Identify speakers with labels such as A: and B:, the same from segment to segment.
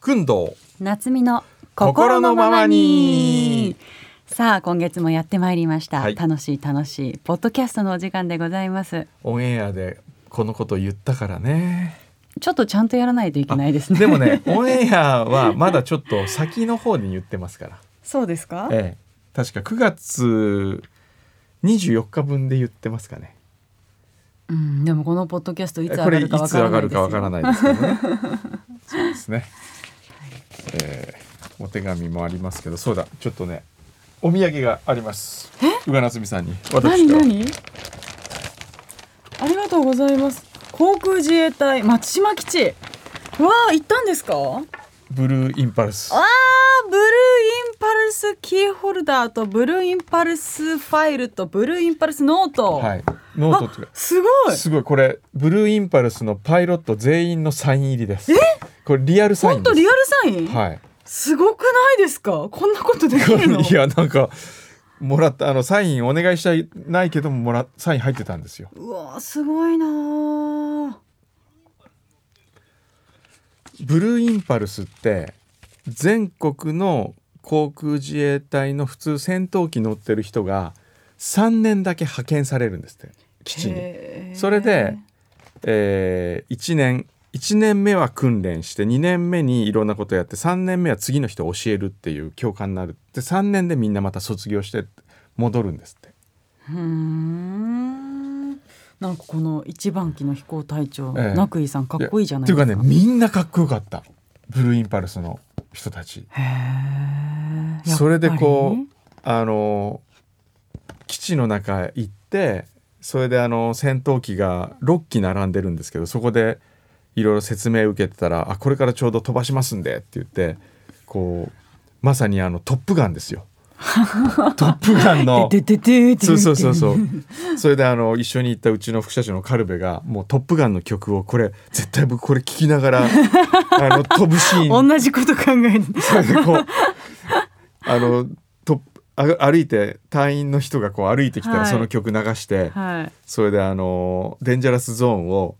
A: くんど
B: 夏美の心のままにさあ今月もやってまいりました、
A: はい
B: 楽しい楽しいポッドキャストのお時間でございます
A: オンエアでこのこと言ったからね
B: ちょっとちゃんとやらないといけないですね
A: でもねオンエアはまだちょっと先の方に言ってますから、
B: そうですか
A: ええ、確か9月24日分で言ってますかね
B: うんでもこのポッドキャストいつ上
A: こ
B: が
A: れい
B: る
A: つ
B: かわか
A: 上
B: らな
A: が
B: いで
A: る
B: す
A: か
B: よ
A: わからないですけどねそうですね、ええお手紙もありますけどそうだちょっとねお土産があります宇賀夏美さんに
B: 何
A: 私から
B: 何ありがとうございます航空自衛隊松島基地わあ行ったんですか
A: ブルーインパルス
B: あーブルーインパルスキーホルダーとブルーインパルスファイルとブルーインパルスノート、
A: はいノートとか
B: すごい
A: すごいこれブルーインパルスのパイロット全員のサイン入りです。これリアルサイ
B: 本
A: ンで
B: 当
A: す。
B: リアルサイン、
A: はい。
B: すごくないですかこんなことでき
A: こ
B: る の
A: れいやなんかもらったあのサインお願いしたいないけどももらサイン入ってたんですよ。
B: うわーすごいなー
A: ブルーインパルスって全国の航空自衛隊の普通戦闘機乗ってる人が3年だけ派遣されるんですって基地に。
B: へー
A: それで、え1年1年目は訓練して2年目にいろんなことやって3年目は次の人を教えるっていう教官になるで3年でみんなまた卒業して戻るんですって、
B: うーんなんかこの一番機の飛行隊長、
A: ええ
B: ナクイさんかっこいいじゃない
A: と
B: で
A: い
B: す
A: う
B: か
A: かねみんなかっこよかったブルーインパルスの人たち
B: へー
A: それでこ
B: やっぱりね
A: うあの基地の中行ってそれであの戦闘機が6機並んでるんですけどそこでいろいろ説明受けてたら「あこれからちょうど飛ばしますんで」って言ってこうまさにあの「トップガン」ですよ。トップガンの
B: ででででで
A: そうそうそうそうそれであの一緒に行ったうちの副社長のカルベがもう「トップガン」の曲をこれ絶対僕これ聴きながらあの飛ぶシーン
B: 同じこと考える
A: それでこうあのとあ歩いて隊員の人がこう歩いてきた
B: は
A: ら
B: い
A: その曲流して、
B: はい
A: それであのデンジャラスゾーンを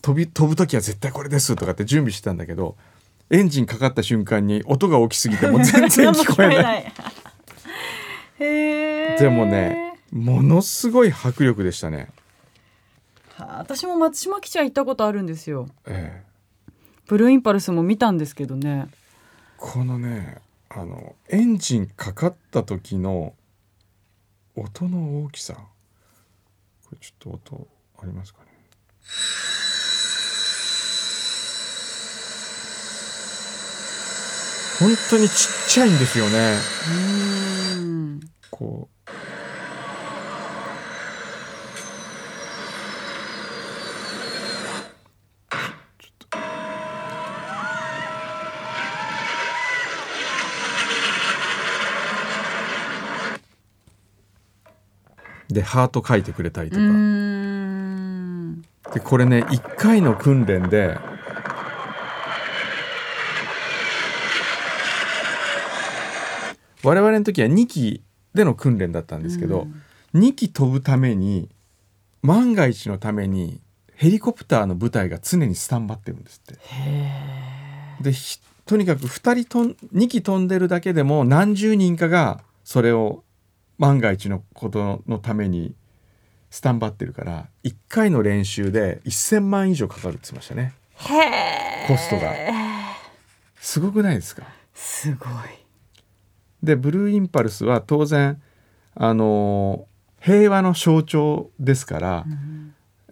A: 飛び飛ぶ時は絶対これですとかって準備してたんだけどエンジンかかった瞬間に音が大きすぎてもう全 然聞こえない
B: いへー
A: でもねものすごい迫力でしたね、
B: はあ私も松島基地は行ったことあるんですよ
A: ええ
B: ブルーインパルスも見たんですけどね
A: このねあのエンジンかかった時の音の大きさこれちょっと音ありますかね本当にちっちゃいんですよね
B: うーん
A: こうでハート書いてくれたり
B: う
A: とか、
B: ーん
A: でこれね1回の訓練で我々の時は2機での訓練だったんですけど、2機飛ぶために万が一のためにヘリコプターの部隊が常にスタンバってるんですって。でひとにかく2人とん2機飛んでるだけでも何十人かがそれを万が一のことのためにスタンバってるから1回の練習で1,000万以上かかるって言ってましたね
B: へー
A: コストがすごくないですか
B: すごい
A: でブルーインパルスは当然あのー平和の象徴ですから、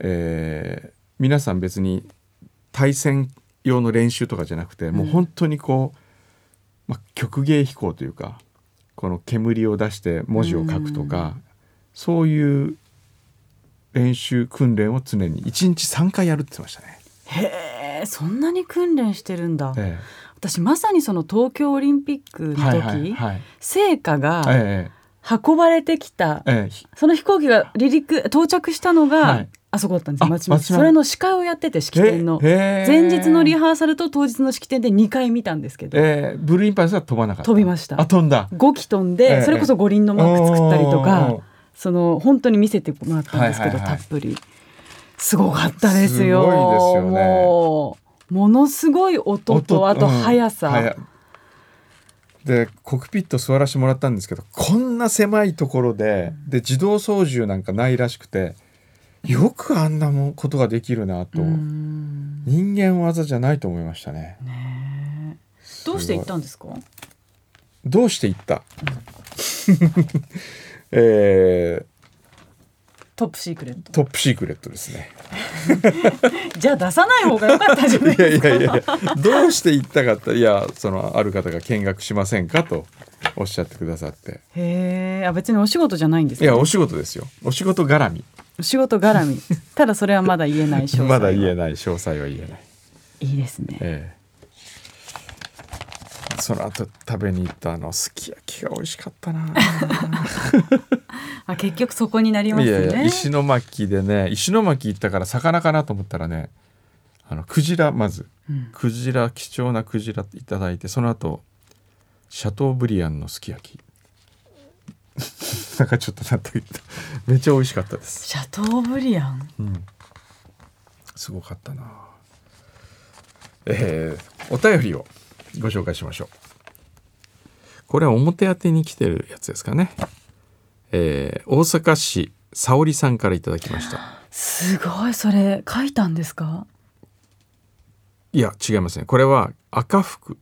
A: えー皆さん別に対戦用の練習とかじゃなくて、もう本当にこう、まあ、曲芸飛行というかこの煙を出して文字を書くとか、そういう練習訓練を常に1日3回やるって言ってましたね。
B: へーそんなに訓練してるんだ
A: え
B: 私まさにその東京オリンピックの
A: えは
B: 時、
A: いはいはい
B: 聖火が
A: え
B: 運ばれてきた
A: え、ええひ
B: その飛行機が離陸到着したのが、
A: はい
B: あそこだったんですよ
A: あ
B: 松島
A: 松島
B: それの司会をやってて式典の
A: へえ
B: 前日のリハーサルと当日の式典で2回見たんですけど
A: えー、ブルーインパルスは飛ばなかった
B: 飛びました
A: あ飛んだ
B: 5機飛ん
A: え
B: で
A: え
B: それこそ五輪のマーク作ったりと
A: おー
B: かその本当に見せてもらったんですけ
A: はいは
B: ど
A: いはい
B: たっぷりすごかったですよ
A: すごいですよね
B: もうものすごい音とあと速さ、
A: うん速でコックピット座らせてもらったんですけどこんな狭いところでで自動操縦なんかないらしくてよくあんなもんことができるなと、
B: うん
A: 人間技じゃないと思いましたね。
B: ねえどうして行ったんですか
A: どうして行った、 え
B: トップシークレット
A: ートップシークレットですね。
B: じゃあ出さない方が良かったじゃな い
A: いやい
B: ですか
A: やいやいやどうして行ったかっていやそのある方が見学しませんかとおっしゃってくださって
B: へえあ別にお仕事じゃないんです
A: い
B: ね
A: やお仕事ですよお仕事絡み
B: お仕事絡みただそれはまだ言えない詳 細
A: まだ言え
B: い
A: ない詳細は言えない、
B: いいですね
A: ええその後食べに行ったあのすき焼きが美味しかったな
B: あ結局そこになります
A: い
B: ね
A: やいや石巻でね石巻行ったから魚かなと思ったらねあのクジラまず
B: うん
A: クジラ貴重なクジラいただいてその後シャトーブリアンのすき 焼きなんかちょっと納得いっためっちゃ美味しかったです、
B: シャトーブリアン
A: うん、すごかったなえーお便りをご紹介しましょうこれは表当てに来てるやつですかねえー大阪市沙織さんからいただきました
B: すごいそれ書いたんですか
A: いや違いますねこれは赤福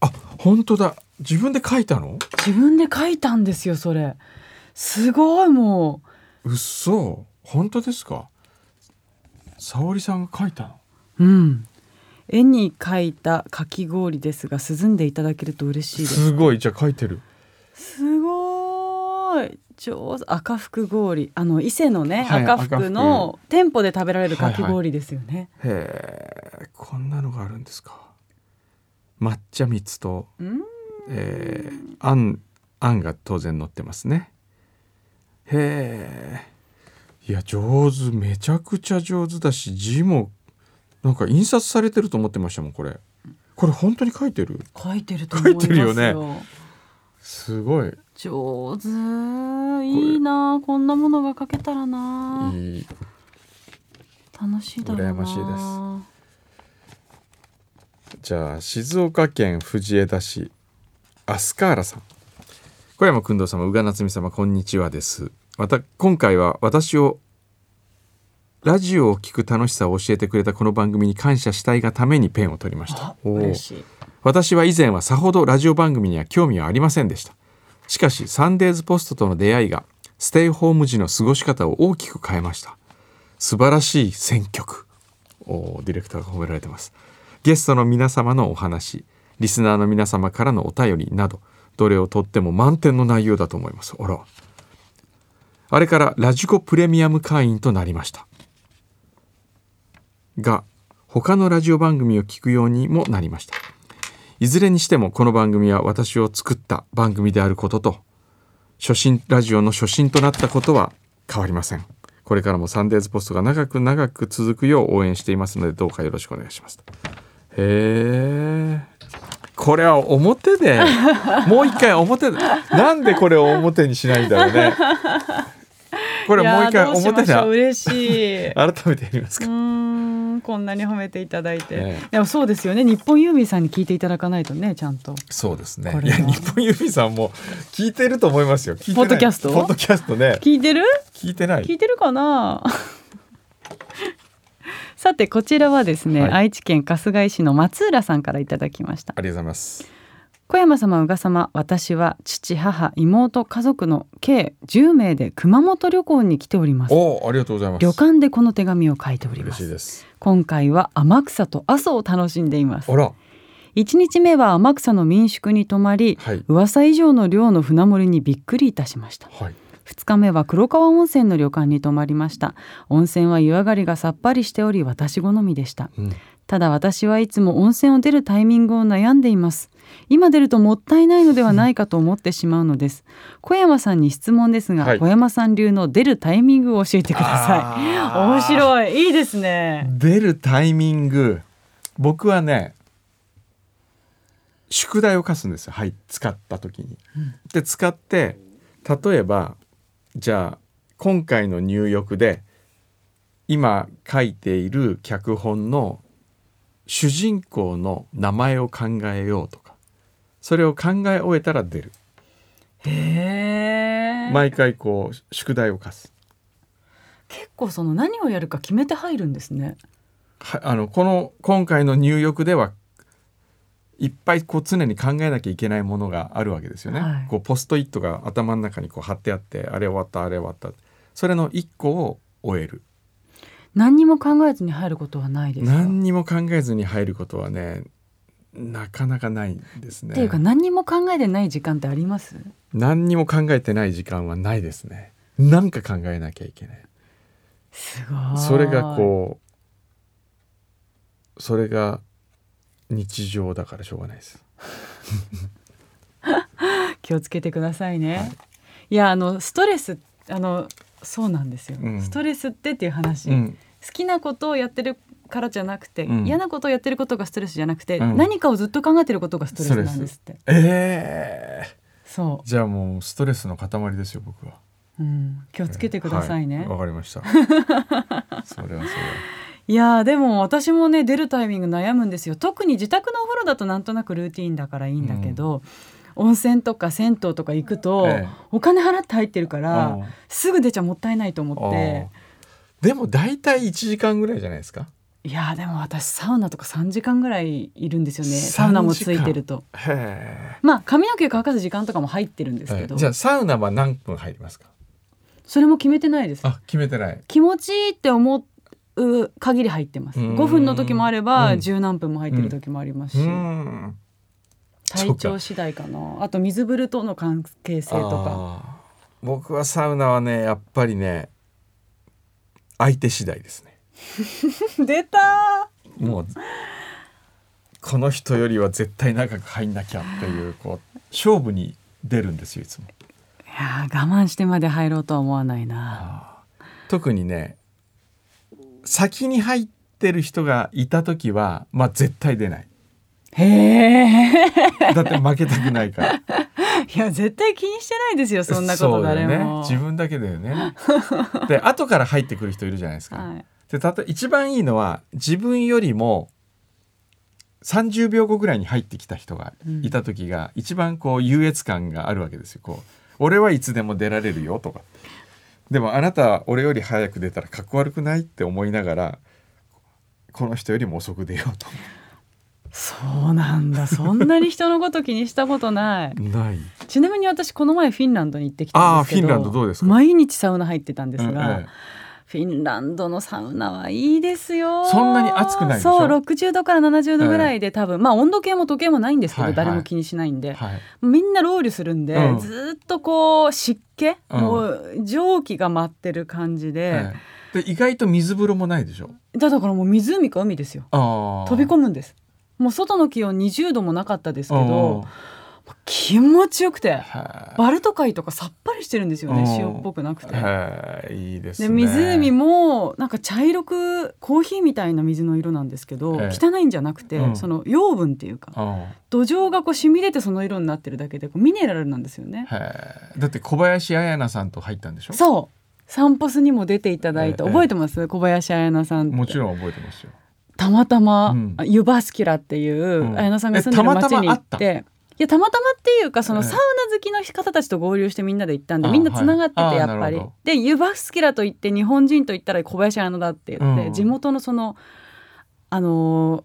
A: あ本当だ自分で書いたの
B: 自分で書いたんですよそれすごいも
A: うっそ本当ですか沙織さんが書いたの
B: ううん絵に描いたかき氷ですが涼んでいただけると嬉しいです
A: すごいじゃあ書いてる
B: すごーい上手赤福氷あの伊勢のね、
A: はい
B: 赤福の店舗で食べられるかき
A: はいは
B: 氷ですよね、
A: へえこんなのがあるんですか抹茶蜜と、
B: うん
A: えー、あんあんが当然載ってますねへえいや上手めちゃくちゃ上手だし字もなんか印刷されてると思ってましたもんこれこれ本当に書いてる
B: 書いてると思います
A: 書
B: よ
A: いてるよすごい
B: 上手いいなこんなものが書けたらない
A: い
B: 楽しいだろうな
A: 羨ましいじゃあ静岡県藤枝市アスカーラさん小山君堂様宇賀夏美様こんにちはですまた今回は私をラジオを聞く楽しさを教えてくれたこの番組に感謝したいがためにペンを取りました
B: あ
A: おー
B: 嬉しい
A: 私は以前はさほどラジオ番組には興味はありませんでしたしかしサンデーズポストとの出会いがステイホーム時の過ごし方を大きく変えました素晴らしい選曲おーディレクターが褒められてますゲストの皆様のお話リスナーの皆様からのお便りなどどれをとっても満点の内容だと思いますあらあれからラジコプレミアム会員となりましたが他のラジオ番組を聞くようにもなりましたいずれにしてもこの番組は私を作った番組であることと初心ラジオの初心となったことは変わりませんこれからもサンデーズポストが長く長く続くよう応援していますのでどうかよろしくお願いしますへえこれは表 でもう一回表でなんでこれを表にしないんだろうねこれもう一
B: いや
A: 回
B: ーど
A: 表
B: しまし
A: で
B: ょう
A: 改
B: 嬉し いう
A: めてやりますか、
B: ーんこんなに褒めていただいて、
A: ええ
B: でもそうですよね日本郵便さんに聞いていただかないとねちゃんと
A: そうですね
B: こ
A: い
B: れ
A: や
B: は
A: 日本郵便さんも聞いてると思いますよ聞いてない
B: ポッドキャスト
A: ポッドキャストね
B: 聞いてる
A: 聞いてない
B: 聞いてるかな さてこちらはですね、
A: はい
B: 愛知県春日井市の松浦さんからいただきました
A: ありがとうございます。
B: 小山様宇賀様私は父母妹家族の計10名で熊本旅行に来ております
A: おお、ありがとうございます。
B: 旅館でこの手紙を書いておりま
A: 嬉しい
B: す
A: です。
B: 今回は天草と阿蘇を楽しんでいます
A: あら、
B: 1日目は天草の民宿に泊まり
A: はい
B: 噂以上の量の船盛りにびっくりいたしました
A: はい。
B: 2日目は黒川温泉の旅館に泊まりました温泉は湯上がりがさっぱりしており私好みでした
A: うん、
B: ただ私はいつも温泉を出るタイミングを悩んでいます今出るともったいないのではないかと思ってしまうのです小山さんに質問ですが、
A: はい
B: 小山さん流の出るタイミングを教えてください
A: あー
B: 面白いいいですね
A: 出るタイミング、僕はね、宿題を課すんですよ。はい、使った時に。で、使って、例えば、じゃあ今回の入浴で今書いている脚本の主人公の名前を考えようとかそれを考え終えたら出る
B: へえ、
A: 毎回こう宿題を課す
B: 結構その何をやるか決めて入るんですね
A: はあのこの今回の入浴ではいっぱいこう常に考えなきゃいけないものがあるわけですよね。
B: はい
A: こうポストイットが頭の中にこう貼ってあってあれ終わったあれ終わったそれの1個を終える
B: 何にも考えずに入ることはないですか
A: 何にも考えずに入ることはねなかなかないですね。
B: っていうか何にも考えてない時間ってあります
A: 何にも考えてない時間はないですね。なんか考えなきゃいけない。
B: すごい
A: それがこうそれが日常だからしょうがないです。
B: 気をつけてくださいね、い、やあのストレスあのそうなんですよ、
A: うん
B: ストレスってっていう話、
A: うん、
B: 好きなことをやってるからじゃなくて、
A: うん
B: 嫌なことをやってることがストレスじゃなくて、
A: うん
B: 何かをずっと考えてることがストレスなんですって
A: えー、
B: そ
A: じゃあもうストレスの塊ですよ僕は。
B: う、うん、気をつけてくださいね、
A: はわ、かりま した。それはそれ
B: いやーでも私もね出るタイミング悩むんですよ特に自宅のお風呂だとなんとなくルーティーンだからいいんだけど、温泉とか銭湯とか行くと、
A: ええ
B: お金払って入ってるから、
A: うん
B: すぐ出ちゃもったいないと思
A: は。
B: っ
A: あ
B: て
A: ーでも大体一時間ぐらいじゃないですか。
B: いやーでも私サウナとか3時間ぐらいいるんですよね
A: 3
B: サウナもついてると
A: へ
B: まあ髪の毛乾かす時間とかも入ってるんですけ
A: え。
B: ど、
A: じゃあサウナは何分入りますか。
B: それも決めてないです
A: あ決めてない。
B: 気持ちいいって思う限り入ってます
A: うーん
B: 5分の時もあれば
A: うん
B: 十何分も入ってる時もあります
A: う
B: し、
A: ーん。
B: 体調次第かなあと水風呂との関係性とか
A: あー僕はサウナはねやっぱりね相手次第ですね。
B: 出た
A: もうこの人よりは絶対長く入んなきゃっていうこう勝負に出るんですよいつも。
B: ーいやー我慢してまで入ろうとは思わないな
A: あー特にね先に入ってる人がいた時はまあ絶対出ない
B: へえ
A: だって負けたくないから
B: いや絶対気にしてないです よそんなこと誰
A: そうだよね
B: も、
A: 自分だけだよねで後から入ってくる人いるじゃないですか、
B: はい
A: でたと一番いいのは自分よりも30秒後ぐらいに入ってきた人がいた時が、一番こう優越感があるわけですよこう俺はいつでも出られるよとかでもあなた俺より早く出たらかっこ悪くないって思いながらこの人よりも遅く出ようと
B: そうなんだそんなに人のこと気にしたこと ない
A: 思うない
B: ちなみに私この前フィンランドに行ってきたんですけど
A: あーフィンランドどうですか
B: 毎日サウナ入ってたんですが、
A: うんええ
B: フィンランドのサウナはいいですよ
A: そんなに暑くないでしょ
B: そう60度から70度ぐらいで多分、まあ温度計も時計もないんですけど、
A: はいはい
B: 誰も気にしないんで、
A: はい、
B: みんなロールするんで、
A: うん
B: ずーっとこう湿気、
A: うん
B: もう蒸気が舞ってる感じで
A: え、えで意外と水風呂もないでしょ
B: だからもう湖か海ですよ
A: あ
B: 飛び込むんですもう外の気温20度もなかったですけど気持ちよくて
A: は
B: バルト海とかさっぱりしてるんですよ
A: う
B: ね
A: ん
B: 塩っぽくなくて。
A: いいいですね
B: で湖もなんか茶色くコーヒーみたいな水の色なんですけど、
A: ええ
B: 汚いんじゃなくて、
A: うん
B: その養分っていうか
A: うん
B: 土壌がこう染み出てその色になってるだけでこうミネラルなんですよね。
A: へえだって小林彩菜さんと入ったんでしょ
B: そうサンポスにも出ていただいて、
A: ええ
B: 覚えてます小林彩菜さんって
A: もちろん覚えてますよ
B: たまたま、
A: うん
B: ユバスキラってい
A: う
B: う、
A: ん
B: 彩菜さんが住ん
A: えた
B: でる
A: ま
B: 町
A: たま
B: に行っていやたまたまっていうかそ
A: え
B: の
A: え
B: サウナ好きの方たちと合流してみんなで行ったんで
A: あ
B: みんなつながってて
A: はいあ
B: やっぱり、
A: なるほ
B: でユバスキラと言って日本人と言ったら小林彩乃だって言って、
A: うん
B: 地元のそのあのー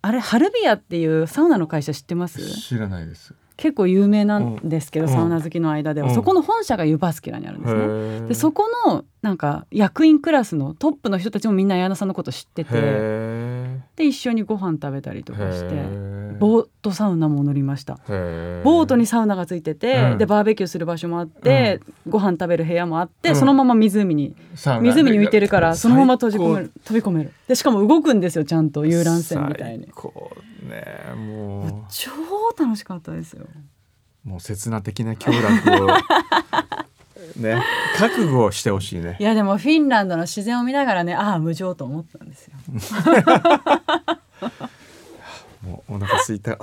B: あれハルビアっていうサウナの会社知ってます
A: 知らないです
B: 結構有名なんですけど、
A: うん
B: サウナ好きの間では、
A: うん
B: そこの本社がユバスキラにあるんですね。で
A: で
B: そこのなんか役員クラスのトップの人たちもみんな綾菜さんのこと知ってて
A: へ
B: で一緒にご飯食べたりと
A: え
B: かして
A: へえ
B: ボートサウナも乗りました
A: へえ
B: ボートにサウナがついてて、
A: うん
B: でバーベキューする場所もあって、ご飯食べる部屋もあって、
A: うん
B: そのまま湖に
A: サウナ
B: 湖に浮いてるからそのまま閉じ込め
A: 最
B: る飛び込めるでしかも動くんですよちゃんと遊覧船みたいに
A: 最高ねも
B: 超楽しかったですよ
A: うもう刹那的な驚 楽をね覚悟をしてほしいね
B: いやでもフィンランドの自然を見ながらねああ無情と思ったんですよ
A: もうお腹すいた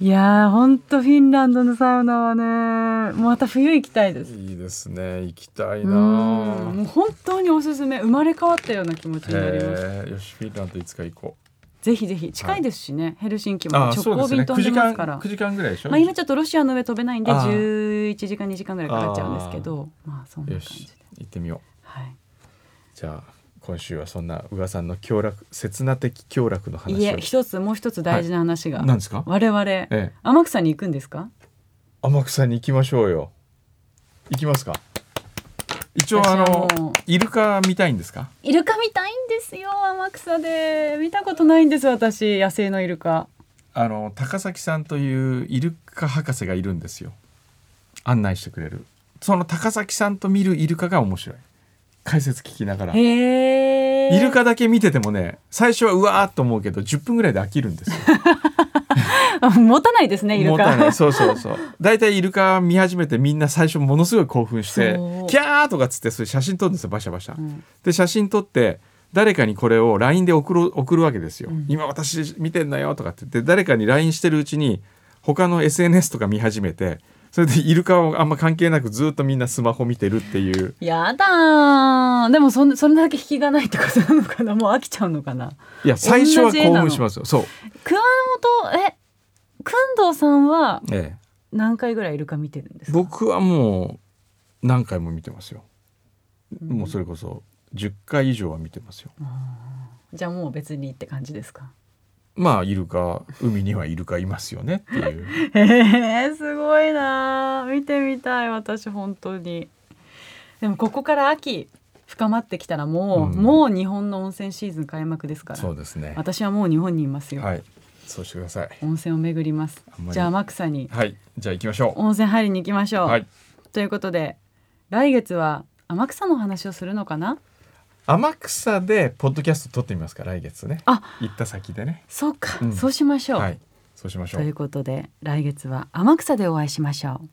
B: いやーほんとフィンランドのサウナはねもうまた冬行きたいです
A: いいですね行きたい
B: うん
A: なあ
B: もう本当におすすめ生まれ変わったような気持ちになります
A: へえよしフィンランドいつか行こ
B: ぜひぜひ近いですしね、ヘルシンキ
A: う
B: も
A: あ
B: 直
A: そうで
B: 行
A: すね
B: 便飛
A: 9
B: んで
A: 時
B: ま
A: 間
B: すから
A: 9時間ぐらいでしょ、
B: まあ、今ちょっとロシアの上飛べないんで
A: ああ
B: 11時間2時間ぐらいかかっちゃうんですけどまあそんな
A: よ
B: 感じ
A: し
B: で、
A: 行ってみよう
B: はい、
A: じゃあ今週はそんな宇賀さんの強楽刹那的強楽の話
B: いえ
A: を
B: 一つもう一つ大事な話が、
A: なんですか
B: 我々、
A: ええ
B: 天草に行くんですか
A: 天草に行きましょうよ行きますか一応あ
B: 私
A: の
B: はもう
A: イルカ見たいんですか
B: イルカ見たいんですよ天草で見たことないんです私野生のイルカ
A: あの高崎さんというイルカ博士がいるんですよ案内してくれるその高崎さんと見るイルカが面白い解説聞きながら
B: へえ
A: イルカだけ見ててもね最初はうわーっと思うけど10分ぐらいで飽きるんですよ
B: 持たないです ねイル
A: もっ
B: カ
A: たい ないそうそうそう大体イルカ見始めてみんな最初ものすごい興奮して
B: そう
A: キャーとかっつってそれ写真撮るんですよバシャバシャ、
B: うん
A: で写真撮って誰かにこれを LINE で送る送るわけですよ、
B: うん
A: 今私見てんだよとかって言って誰かに LINE してるうちに他の SNS とか見始めてそれでイルカをあんま関係なくずっとみんなスマホ見てるっていう
B: やだーでもそんそれだけ引きがないってことなのかなもう飽きちゃうのかない
A: や最初は
B: 同じ絵なの
A: 興奮しますよそう、
B: 熊本えくんどうさんは
A: ええ、
B: 何回ぐらいイルカ見てるんですか
A: 僕はもう何回も見てますよ、もうそれこそ10回以上は見てますよ
B: じゃあもう別にって感じですか
A: まあイルカ海にはイルカいますよねっていう
B: へ えすごいなー見てみたい私本当にでもここから秋深まってきたらもう、
A: うん
B: もう日本の温泉シーズン開幕ですか ら
A: そうですね
B: 私はもう日本にいますよ、
A: はいそうしてください
B: 温泉を巡ります
A: あんまり
B: じゃあ天草に
A: はいじゃあ行きましょ
B: 温泉入りに行きまし
A: う
B: ょう、
A: はい
B: ということで来月は天草の話をするのかな
A: 天草でポッドキャスト撮ってみますか来月ね
B: あ
A: 行った先でね
B: そうか、
A: うん
B: そうしましょう、
A: はいそうしましょ
B: という
A: う
B: ことで来月は天草でお会いしましょう